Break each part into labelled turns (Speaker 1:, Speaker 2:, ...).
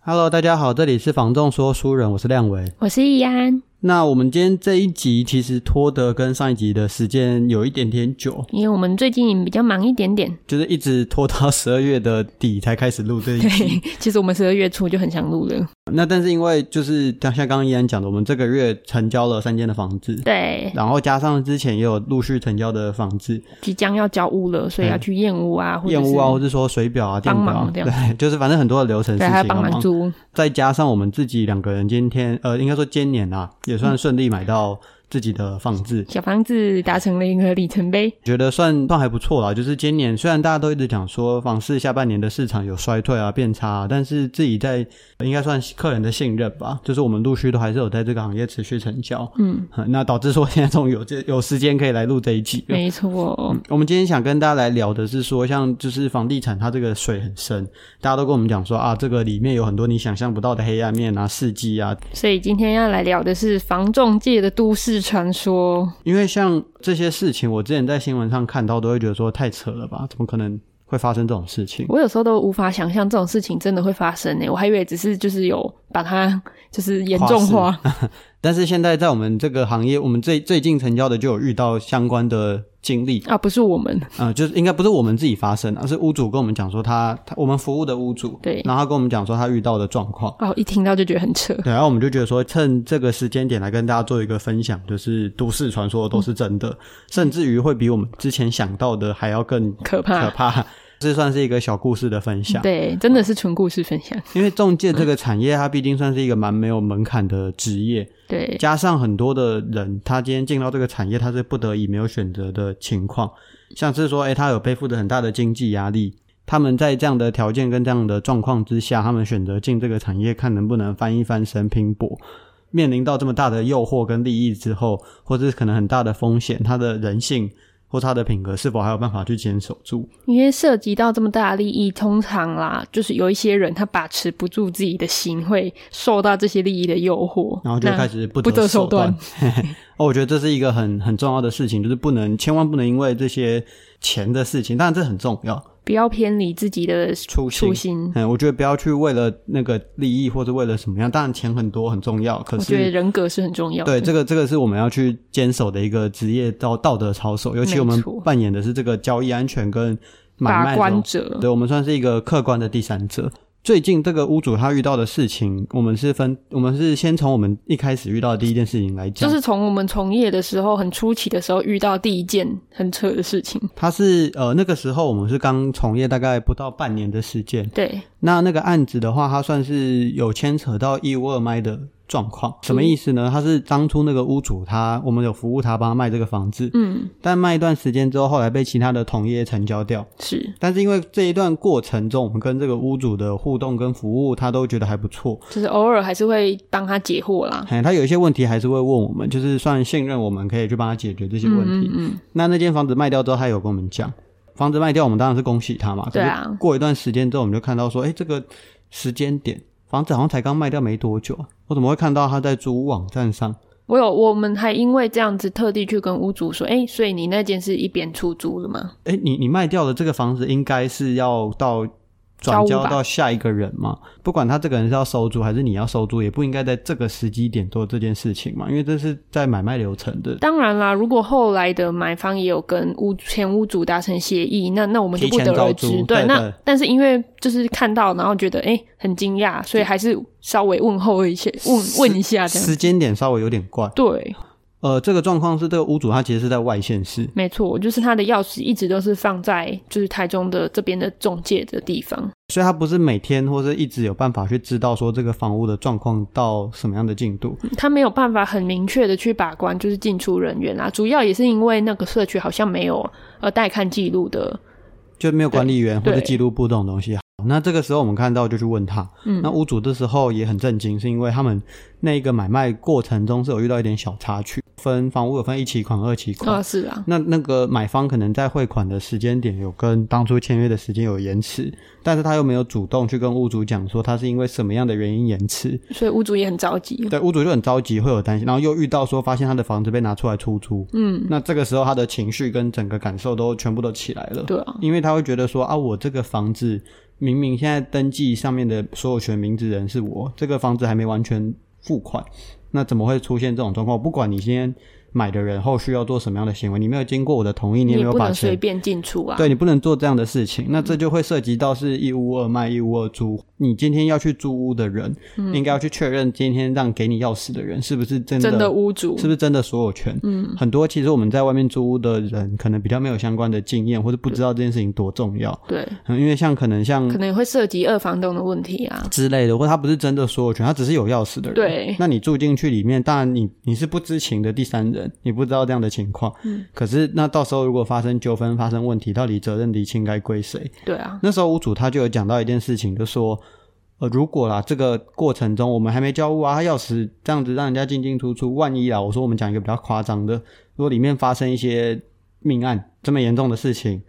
Speaker 1: Hello，大家好，这里是房仲说书人，我是亮维。
Speaker 2: 我是易安，
Speaker 1: 那我们今天这一集其实拖得跟上一集的时间有一点点久，
Speaker 2: 因为我们最近比较忙一点点，
Speaker 1: 就是一直拖到十二月的底才开始录这一
Speaker 2: 对
Speaker 1: 集。，
Speaker 2: 其实我们十二月初就很想录了。
Speaker 1: 那但是因为就是像像刚刚依然讲的，我们这个月成交了三间的房子，
Speaker 2: 对，
Speaker 1: 然后加上之前也有陆续成交的房子，
Speaker 2: 即将要交屋了，所以要去验屋啊，或者
Speaker 1: 验
Speaker 2: 是
Speaker 1: 屋啊，或是说水表啊、电
Speaker 2: 帮
Speaker 1: 表啊
Speaker 2: 忙，这样
Speaker 1: 对，就是反正很多的流程事
Speaker 2: 对，
Speaker 1: 情
Speaker 2: 还
Speaker 1: 要
Speaker 2: 要帮忙
Speaker 1: 忙
Speaker 2: 租。
Speaker 1: 再加上我们自己两个人今天，呃，应该说今年啊，也算顺利买到自己的房子，
Speaker 2: 小房子达成了一个里程碑，
Speaker 1: 觉得算算还不错啦。就是今年虽然大家都一直讲说房市下半年的市场有衰退啊、变差、啊，但是自己在呃应该算客人的信任吧，就是我们陆续都还是有在这个行业持续成交，
Speaker 2: 嗯，
Speaker 1: 嗯那导致说现在终于有这有时间可以来录这一集了。
Speaker 2: 没错，
Speaker 1: 我们今天想跟大家来聊的是说，像就是房地产它这个水很深，大家都跟我们讲说啊，这个里面有很多你想象不到的黑暗面啊、事迹啊，
Speaker 2: 所以今天要来聊的是房仲界的都市传说。
Speaker 1: 因为像这些事情，我之前在新闻上看到，都会觉得说太扯了吧，怎么可能会发生这种事情？
Speaker 2: 我有时候都无法想象这种事情真的会发生呢、欸我还以为只是就是有把它就是严重
Speaker 1: 夸
Speaker 2: 化，
Speaker 1: 但是现在在我们这个行业，我们最最近成交的就有遇到相关的经历，
Speaker 2: 啊，不是我们，
Speaker 1: 嗯、就是应该不是我们自己发生的，而是屋主跟我们讲说他他我们服务的屋主，
Speaker 2: 对
Speaker 1: 然后他跟我们讲说他遇到的状况。
Speaker 2: 哦，一听到就觉得很扯，
Speaker 1: 对，然后我们就觉得说，趁这个时间点来跟大家做一个分享，就是都市传说都是真的，甚至于会比我们之前想到的还要更
Speaker 2: 可怕，
Speaker 1: 可怕。这算是一个小故事的分享。
Speaker 2: 对，真的是纯故事分享，
Speaker 1: 因为中介这个产业，它毕竟算是一个蛮没有门槛的职业，
Speaker 2: 对，
Speaker 1: 加上很多的人，他今天进到这个产业，他是不得已没有选择的情况，像是说，诶，他有背负着很大的经济压力，他们在这样的条件跟这样的状况之下，他们选择进这个产业，看能不能翻一翻身，拼搏。面临到这么大的诱惑跟利益之后，或者是可能很大的风险，他的人性或他的品格是否还有办法去坚守住？
Speaker 2: 因为涉及到这么大的利益，通常啦，就是有一些人他把持不住自己的心，会受到这些利益的诱惑，
Speaker 1: 然后就
Speaker 2: 那
Speaker 1: 开始不
Speaker 2: 不择
Speaker 1: 手
Speaker 2: 手段。
Speaker 1: 哦，我觉得这是一个很很重要的事情，就是不能千万不能因为这些钱的事情，当然这很重要，
Speaker 2: 不要偏离自己的
Speaker 1: 初心。
Speaker 2: 初心。
Speaker 1: 嗯，我觉得不要去为了那个利益或者为了什么样，当然钱很多很重要，可
Speaker 2: 我觉得
Speaker 1: 是
Speaker 2: 人格是很重要的，
Speaker 1: 对这个这个是我们要去坚守的一个职业道道德操守，尤其我们
Speaker 2: 没错
Speaker 1: 扮演的是这个交易安全跟买卖
Speaker 2: 把
Speaker 1: 这种
Speaker 2: 关者，
Speaker 1: 对我们算是一个客观的第三者。最近这个屋主他遇到的事情，我们是分，我们是先从我们一开始遇到的第一件事情来讲，
Speaker 2: 就是从我们从业的时候，很初期的时候遇到第一件很扯的事情。
Speaker 1: 他是呃那个时候我们是刚从业大概不到半年的时间，
Speaker 2: 对，
Speaker 1: 那那个案子的话，它算是有牵扯到一屋二卖的状况，什么意思呢？他是当初那个屋主他我们有服务他帮他卖这个房子，
Speaker 2: 嗯，
Speaker 1: 但卖一段时间之后，后来被其他的同业成交掉。
Speaker 2: 是
Speaker 1: 但是因为这一段过程中，我们跟这个屋主的互动跟服务，他都觉得还不错，
Speaker 2: 就是偶尔还是会帮他解惑啦。
Speaker 1: 哎，他有一些问题还是会问我们，就是算信任我们可以去帮他解决这些问题。
Speaker 2: 嗯嗯，
Speaker 1: 那那间房子卖掉之后，他有跟我们讲，房子卖掉，我们当然是恭喜他嘛。
Speaker 2: 对啊
Speaker 1: 可是过一段时间之后，我们就看到说，哎，这个时间点，房子好像才刚卖掉没多久啊，我怎么会看到他在租屋网站上？
Speaker 2: 我有，我们还因为这样子特地去跟屋主说，哎、所以你那间是一边出租了吗？
Speaker 1: 哎，你你卖掉了这个房子，应该是要到。转
Speaker 2: 交屋
Speaker 1: 交
Speaker 2: 吧
Speaker 1: 到下一个人嘛，不管他这个人是要收租还是你要收租，也不应该在这个时机点做这件事情嘛，因为这是在买卖流程的
Speaker 2: 当然啦，如果后来的买方也有跟屋前屋主达成协议，那那我们就不
Speaker 1: 提前
Speaker 2: 得而
Speaker 1: 招
Speaker 2: 知
Speaker 1: 租。
Speaker 2: 对，
Speaker 1: 对
Speaker 2: 那
Speaker 1: 对
Speaker 2: 但是因为就是看到，然后觉得哎、诶很惊讶，所以还是稍微问候一下，问问一下这样。
Speaker 1: 时间点稍微有点怪。
Speaker 2: 对，
Speaker 1: 呃，这个状况是这个屋主他其实是在外县市，
Speaker 2: 没错，就是他的钥匙一直都是放在就是台中的这边的中介的地方。
Speaker 1: 所以他不是每天或是一直有办法去知道说这个房屋的状况到什么样的进度。
Speaker 2: 他没有办法很明确的去把关，就是进出人员啦。主要也是因为那个社区好像没有呃带看记录的，
Speaker 1: 就没有管理员或
Speaker 2: 对
Speaker 1: 者记录部这种东西，那这个时候我们看到就去问他，
Speaker 2: 嗯
Speaker 1: 那屋主这时候也很震惊，是因为他们那个买卖过程中是有遇到一点小插曲，分房屋有分一期款、二期款，
Speaker 2: 啊，是啊，
Speaker 1: 那那个买方可能在汇款的时间点有跟当初签约的时间有延迟，但是他又没有主动去跟屋主讲说他是因为什么样的原因延迟，
Speaker 2: 所以屋主也很着急。
Speaker 1: 对屋主就很着急，会有担心，然后又遇到说发现他的房子被拿出来出租，嗯，那这个时候他的情绪跟整个感受都全部都起来了，
Speaker 2: 对啊，
Speaker 1: 因为他会觉得说啊，我这个房子明明现在登记上面的所有权名字人是我，这个房子还没完全付款，那怎么会出现这种状况？不管你今天买的人后续要做什么样的行为，你没有经过我的同意，你也
Speaker 2: 你也
Speaker 1: 没有
Speaker 2: 不
Speaker 1: 把
Speaker 2: 能随
Speaker 1: 钱。
Speaker 2: 便进出啊。
Speaker 1: 对你不能做这样的事情，那这就会涉及到是一屋二卖、一屋二租。你今天要去租屋的人，
Speaker 2: 嗯
Speaker 1: 应该要去确认今天让给你钥匙的人是不是真的
Speaker 2: 真的屋主
Speaker 1: 是不是真的所有权？嗯，很多其实我们在外面租屋的人，可能比较没有相关的经验，或者不知道这件事情多重要。
Speaker 2: 对，
Speaker 1: 嗯，因为像可能像
Speaker 2: 可能也会涉及二房东的问题啊。
Speaker 1: 之类的，或他不是真的所有权，他只是有钥匙的人。
Speaker 2: 对
Speaker 1: 那你住进去里面，当然你你是不知情的第三人，你不知道这样的情况。嗯，可是那到时候如果发生纠纷、发生问题，到底责任厘清该归谁？
Speaker 2: 对啊，
Speaker 1: 那时候屋主他就有讲到一件事情，就说。呃，如果啦，这个过程中我们还没交屋啊，他钥匙这样子让人家进进出出，万一啊，我说我们讲一个比较夸张的，如果里面发生一些命案这么严重的事情，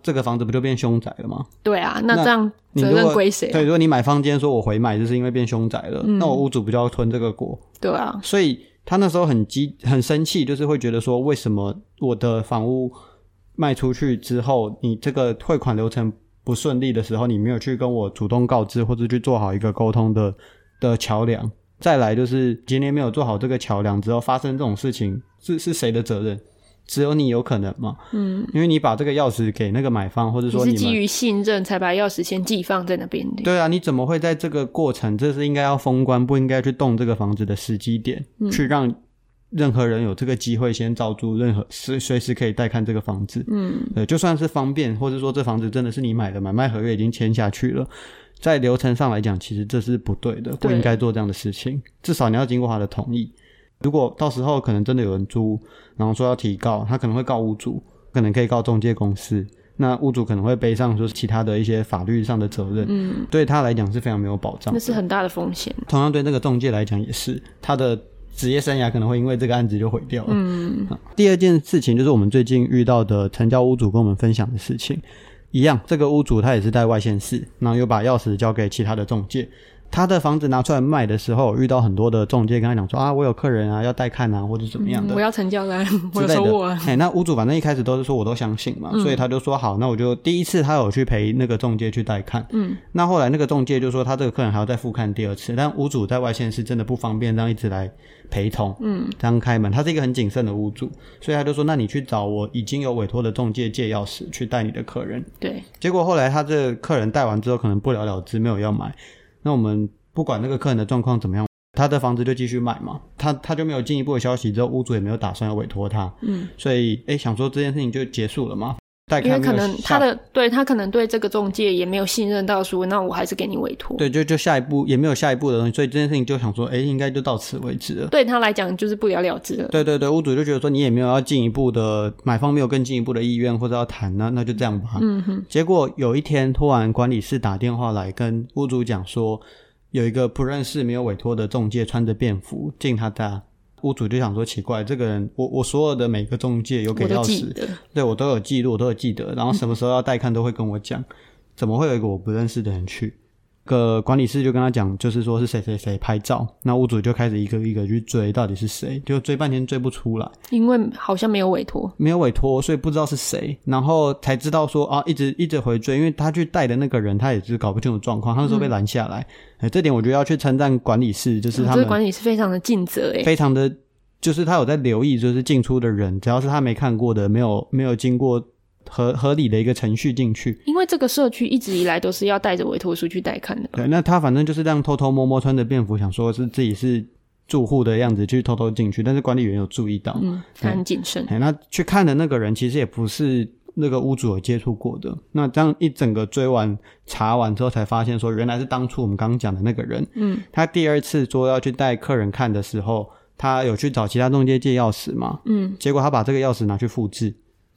Speaker 1: 这个房子不就变凶宅了吗？
Speaker 2: 对啊，那
Speaker 1: 那
Speaker 2: 这样
Speaker 1: 你
Speaker 2: 责
Speaker 1: 如
Speaker 2: 任
Speaker 1: 果
Speaker 2: 归谁啊嗯
Speaker 1: 对，？如果你买房间说我回买，就是因为变凶宅了，那我屋主不就要吞这个果？
Speaker 2: 对啊，
Speaker 1: 所以他那时候很激很生气，就是会觉得说，为什么我的房屋卖出去之后，你这个汇款流程不顺利的时候，你没有去跟我主动告知，或者去做好一个沟通的的桥梁。再来就是今天没有做好这个桥梁之后，发生这种事情是是谁的责任？只有你有可能嘛？嗯，因为你把这个钥匙给那个买方，或者
Speaker 2: 你
Speaker 1: 说你
Speaker 2: 是
Speaker 1: 们
Speaker 2: 基于信任才把钥匙先寄放在那边的。
Speaker 1: 对啊，你怎么会在这个过程，这是应该要封关，不应该去动这个房子的时机点，去让任何人有这个机会先照住任何随随时可以带看这个房子。嗯，对，就算是方便，或者说这房子真的是你买的，买卖合约已经签下去了，在流程上来讲，其实这是不对的，不
Speaker 2: 对
Speaker 1: 应该做这样的事情。至少你要经过他的同意。如果到时候可能真的有人租，然后说要提告，他可能会告屋主，可能可以告中介公司。那屋主可能会背上就是其他的一些法律上的责任，嗯，对他来讲是非常没有保障
Speaker 2: 那
Speaker 1: 的。
Speaker 2: 是很大的风险，
Speaker 1: 同样对那个中介来讲也是，他的职业生涯可能会因为这个案子就毁掉了。嗯，第二件事情就是我们最近遇到的成交屋主跟我们分享的事情，一样，这个屋主他也是在外县市，然后又把钥匙交给其他的中介。他的房子拿出来卖的时候，遇到很多的中介跟他讲说啊，我有客人啊，要带看啊，或者怎么样的。
Speaker 2: 我要成交单，
Speaker 1: 之
Speaker 2: 我有
Speaker 1: 类
Speaker 2: 收获
Speaker 1: 的
Speaker 2: 啊。。
Speaker 1: 哎，那屋主反正一开始都是说我都相信嘛，所以他就说好，那我就第一次他有去陪那个中介去带看，嗯，那后来那个中介就说他这个客人还要再复看第二次，但屋主在外县市真的不方便这样一直来陪同，嗯，这样开门，他是一个很谨慎的屋主，所以他就说那你去找我已经有委托的中介借钥匙去带你的客人，
Speaker 2: 对，
Speaker 1: 结果后来他这个客人带完之后，可能不了了之，没有要买。那我们不管那个客人的状况怎么样，他的房子就继续买嘛。他他就没有进一步的消息，之后屋主也没有打算要委托他。
Speaker 2: 嗯，
Speaker 1: 所以诶，想说这件事情就结束了嘛。带
Speaker 2: 因为
Speaker 1: 看没
Speaker 2: 可
Speaker 1: 有
Speaker 2: 能他
Speaker 1: 下
Speaker 2: 的对他可能对这个中介也没有信任到说，那我还是给你委托。
Speaker 1: 对，就就下一步也没有下一步的东西，所以这件事情就想说，诶，应该就到此为止了。
Speaker 2: 对他来讲就是不了了之了。
Speaker 1: 对对对，屋主就觉得说你也没有要进一步的买方没有更进一步的意愿或者要谈那那就这样吧。嗯哼。结果有一天突然管理室打电话来跟屋主讲说，有一个不认识没有委托的中介穿着便服进他家。屋主就想说奇怪，这个人我我所有的每个中介有给
Speaker 2: 我都
Speaker 1: 钥
Speaker 2: 记
Speaker 1: 匙，
Speaker 2: 得，
Speaker 1: 对我都有记录，我都有记得，然后什么时候要带看都会跟我讲，怎么会有一个我不认识的人去？个管理室就跟他讲，就是说是谁谁谁拍照，那屋主就开始一个一个去追，到底是谁，就追半天追不出来，
Speaker 2: 因为好像没有委托。
Speaker 1: 没有委托，所以不知道是谁，然后才知道说啊，一直一直回追，因为他去带的那个人，他也是搞不清楚状况，他那时候被拦下来，哎，这点我觉得要去称赞管理室，就是
Speaker 2: 嗯哦
Speaker 1: 他
Speaker 2: 这
Speaker 1: 们
Speaker 2: 个管理是非常的尽责哎，
Speaker 1: 非常的，就是他有在留意，就是进出的人，只要是他没看过的，没有没有经过合合理的一个程序进去。
Speaker 2: 因为这个社区一直以来都是要带着委托书去带看的。
Speaker 1: 对，那他反正就是这样偷偷摸摸穿着便服，想说是自己是住户的样子去偷偷进去，但是管理员有注意到，
Speaker 2: 嗯，他很谨慎。
Speaker 1: 哎，那去看的那个人其实也不是那个屋主有接触过的。那这样一整个追完、查完之后，才发现说原来是当初我们刚刚讲的那个人。嗯，他第二次说要去带客人看的时候，他有去找其他中介借钥匙嘛？
Speaker 2: 嗯，
Speaker 1: 结果他把这个钥匙拿去复制，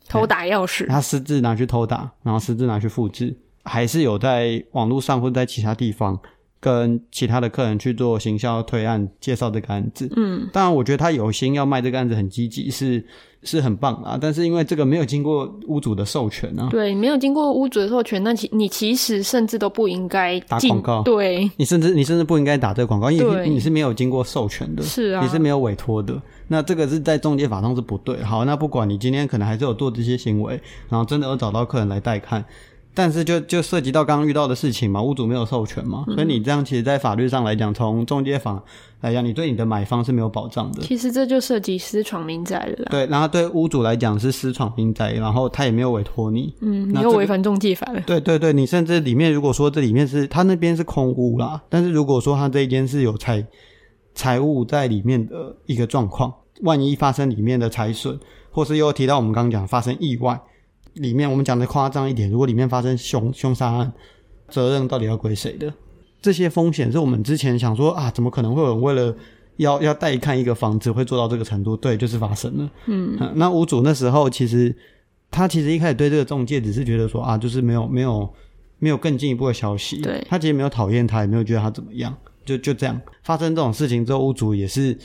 Speaker 2: 偷打钥匙，
Speaker 1: 他私自拿去偷打，然后私自拿去复制。还是有在网络上或者在其他地方跟其他的客人去做行销推案，介绍这个案子。
Speaker 2: 嗯，
Speaker 1: 当然，我觉得他有心要卖这个案子很积极，是是很棒啊。但是因为这个没有经过屋主的授权啊，
Speaker 2: 对，没有经过屋主的授权，那其你其实甚至都不应该
Speaker 1: 打
Speaker 2: 进
Speaker 1: 广告
Speaker 2: 对，
Speaker 1: 你甚至你甚至不应该打这个广告，因为
Speaker 2: 对
Speaker 1: 你你是没有经过授权的，
Speaker 2: 是啊
Speaker 1: 你是没有委托的。那这个是在中介法上是不对。好，那不管你今天可能还是有做这些行为，然后真的有找到客人来带看，但是就就涉及到刚刚遇到的事情嘛，屋主没有授权嘛，
Speaker 2: 嗯
Speaker 1: 所以你这样其实，在法律上来讲，从中介法来讲，你对你的买方是没有保障的。
Speaker 2: 其实这就涉及私闯民宅了啦。
Speaker 1: 对，然后对屋主来讲是私闯民宅，然后他也没有委托你，
Speaker 2: 嗯，
Speaker 1: 那
Speaker 2: 你又
Speaker 1: 这
Speaker 2: 违
Speaker 1: 个
Speaker 2: 反中介法 了。
Speaker 1: 对对对，你甚至里面如果说这里面是他那边是空屋啦，但是如果说他这一间是有财财务在里面的一个状况，万一发生里面的财损，或是又提到我们刚刚讲发生意外，里面我们讲的夸张一点，如果里面发生凶凶杀案，责任到底要归谁的？这些风险是我们之前想说啊，怎么可能会有人为了要要带看一个房子会做到这个程度？对，就是发生了。嗯，那屋主那时候其实他其实一开始对这个中介只是觉得说啊，就是没有没有没有更进一步的消息。
Speaker 2: 对
Speaker 1: 他其实没有讨厌他，也没有觉得他怎么样，就就这样发生这种事情之后，屋主也是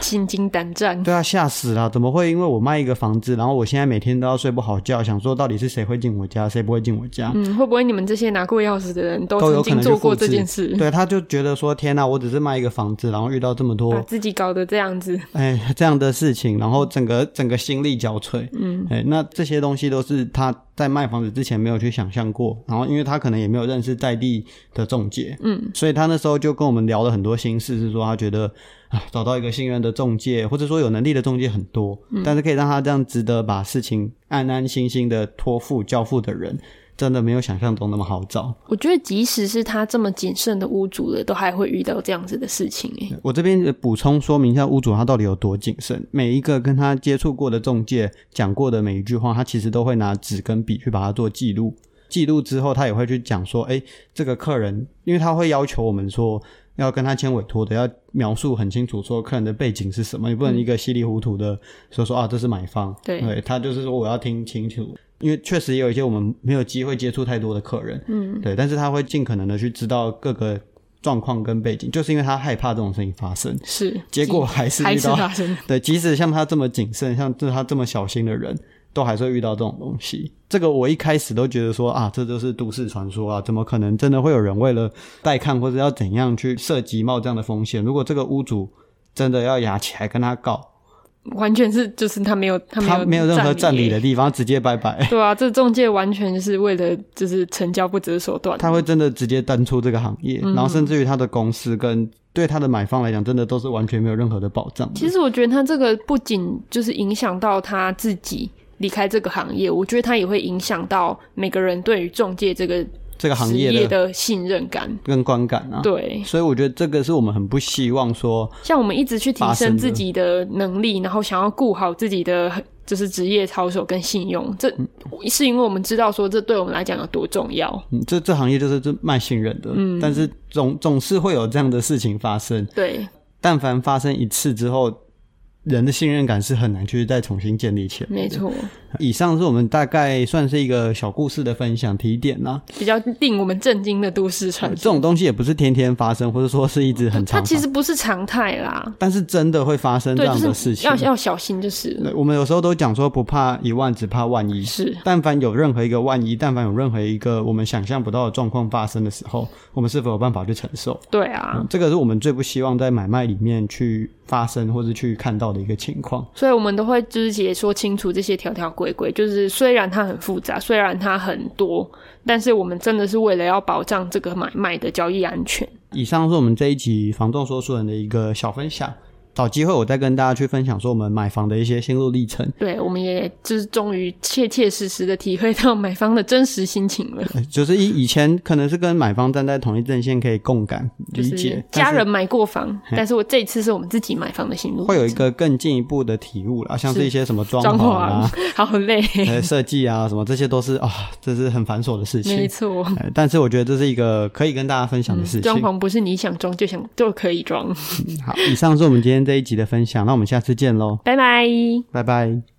Speaker 2: 心惊胆战。
Speaker 1: 对啊，吓死了！怎么会因为我卖一个房子，然后我现在每天都要睡不好觉，想说到底是谁会进我家，谁不会进我家？
Speaker 2: 嗯，会不会你们这些拿过钥匙的人都
Speaker 1: 都有
Speaker 2: 曾
Speaker 1: 可
Speaker 2: 经
Speaker 1: 能去
Speaker 2: 做过
Speaker 1: 复制
Speaker 2: 这件事，
Speaker 1: 对，他就觉得说天哪、我只是卖一个房子，然后遇到这么多
Speaker 2: 把自己搞得这样子？
Speaker 1: 哎，这样的事情，然后整个整个心力交瘁，嗯，哎，那这些东西都是他在卖房子之前没有去想象过，然后因为他可能也没有认识在地的中介，嗯，所以他那时候就跟我们聊了很多心事，是说他觉得啊，找到一个信任的中介，或者说有能力的中介很多，但是可以让他这样值得把事情安安心心的托付交付的人，真的没有想象中那么好找。
Speaker 2: 我觉得即使是他这么谨慎的屋主了，都还会遇到这样子的事情、欸。
Speaker 1: 我这边也补充说明一下，屋主他到底有多谨慎。每一个跟他接触过的中介讲过的每一句话，他其实都会拿纸跟笔去把它做记录。记录之后，他也会去讲说，哎，这个客人，因为他会要求我们说要跟他签委托的，要描述很清楚说客人的背景是什么，你不能一个稀里糊涂的说说啊，这是买方，
Speaker 2: 对
Speaker 1: 他就是说我要听清楚。因为确实也有一些我们没有机会接触太多的客人，嗯，对，但是他会尽可能的去知道各个状况跟背景，就是因为他害怕这种事情发生，
Speaker 2: 是，
Speaker 1: 结果还是
Speaker 2: 还
Speaker 1: 遇
Speaker 2: 是
Speaker 1: 到。
Speaker 2: 发生。
Speaker 1: 对，即使像他这么谨慎，像这他这么小心的人，都还是会遇到这种东西。这个我一开始都觉得说啊，这就是都市传说啊，怎么可能真的会有人为了带看或者要怎样去涉及冒这样的风险？如果这个屋主真的要牙起来跟他告，
Speaker 2: 完全是就是他没有他没有
Speaker 1: 他没有任何占理
Speaker 2: 理
Speaker 1: 的。地方，直接拜拜。
Speaker 2: 对啊，这中介完全是为了就是成交不择手段。
Speaker 1: 他会真的直接淡出这个行业，
Speaker 2: 嗯
Speaker 1: 然后甚至于他的公司跟对他的买方来讲，真的都是完全没有任何的保障的。
Speaker 2: 其实我觉得他这个不仅就是影响到他自己离开这个行业，我觉得他也会影响到每个人对于中介这个
Speaker 1: 这个行
Speaker 2: 职
Speaker 1: 业
Speaker 2: 业
Speaker 1: 的
Speaker 2: 的信任感。
Speaker 1: 跟观感啊，
Speaker 2: 对，
Speaker 1: 所以我觉得这个是我们很不希望说
Speaker 2: 像我们一直去提
Speaker 1: 发生
Speaker 2: 升
Speaker 1: 的
Speaker 2: 自己的能力，然后想要顾好自己的就是职业操守跟信用，这
Speaker 1: 嗯
Speaker 2: 是因为我们知道说这对我们来讲有多重要。
Speaker 1: 嗯，这这行业就是这卖信任的，嗯，但是总总是会有这样的事情发生。
Speaker 2: 对，
Speaker 1: 但凡发生一次之后，人的信任感是很难去再重新建立起来。
Speaker 2: 没错，
Speaker 1: 以上是我们大概算是一个小故事的分享提点啦、
Speaker 2: 比较令我们震惊的都市
Speaker 1: 呃
Speaker 2: 传
Speaker 1: 这
Speaker 2: 说，
Speaker 1: 种东西也不是天天发生，或者说是一直很
Speaker 2: 它
Speaker 1: 常发
Speaker 2: 其
Speaker 1: 生，
Speaker 2: 实不是常态啦。
Speaker 1: 但是真的会发生这
Speaker 2: 对，
Speaker 1: 样的
Speaker 2: 就
Speaker 1: 事
Speaker 2: 是
Speaker 1: 情嗯
Speaker 2: 要。要小心，就是了
Speaker 1: 对我们有时候都讲说不怕一万，只怕万一。
Speaker 2: 是
Speaker 1: 但凡有任何一个万一，但凡有任何一个我们想象不到的状况发生的时候，我们是否有办法去承受？
Speaker 2: 对啊。
Speaker 1: 这个是我们最不希望在买卖里面去发生或者去看到的一个情况。
Speaker 2: 所以我们都会就是解说清楚这些条条规规，就是虽然它很复杂，虽然它很多，但是我们真的是为了要保障这个买卖的交易安全。
Speaker 1: 以上是我们这一集房仲说书人的一个小分享。找机会我再跟大家去分享说我们买房的一些心路历程。
Speaker 2: 对，我们也就是终于切切实实的体会到买方的真实心情了，
Speaker 1: 呃就是以以前可能是跟买方站在同一阵线，可以共感
Speaker 2: 就
Speaker 1: 理
Speaker 2: 是
Speaker 1: 解，
Speaker 2: 家
Speaker 1: 但是
Speaker 2: 人买过房，但是我这一次是我们自己买房的心路，
Speaker 1: 会有一个更进一步的体悟啦，像是
Speaker 2: 是
Speaker 1: 一些什么装
Speaker 2: 装
Speaker 1: 潢啊、
Speaker 2: 潢，好累，
Speaker 1: 呃设计啊什么，这些都是啊、这是很繁琐的事
Speaker 2: 没
Speaker 1: 情。
Speaker 2: 错。嗯
Speaker 1: 呃但是我觉得这是一个可以跟大家分享的事情。
Speaker 2: 装潢不是你想装就想就可以装，
Speaker 1: 好，以上是我们今天这一集的分享，那我们下次见喽，
Speaker 2: 拜拜。
Speaker 1: 拜拜。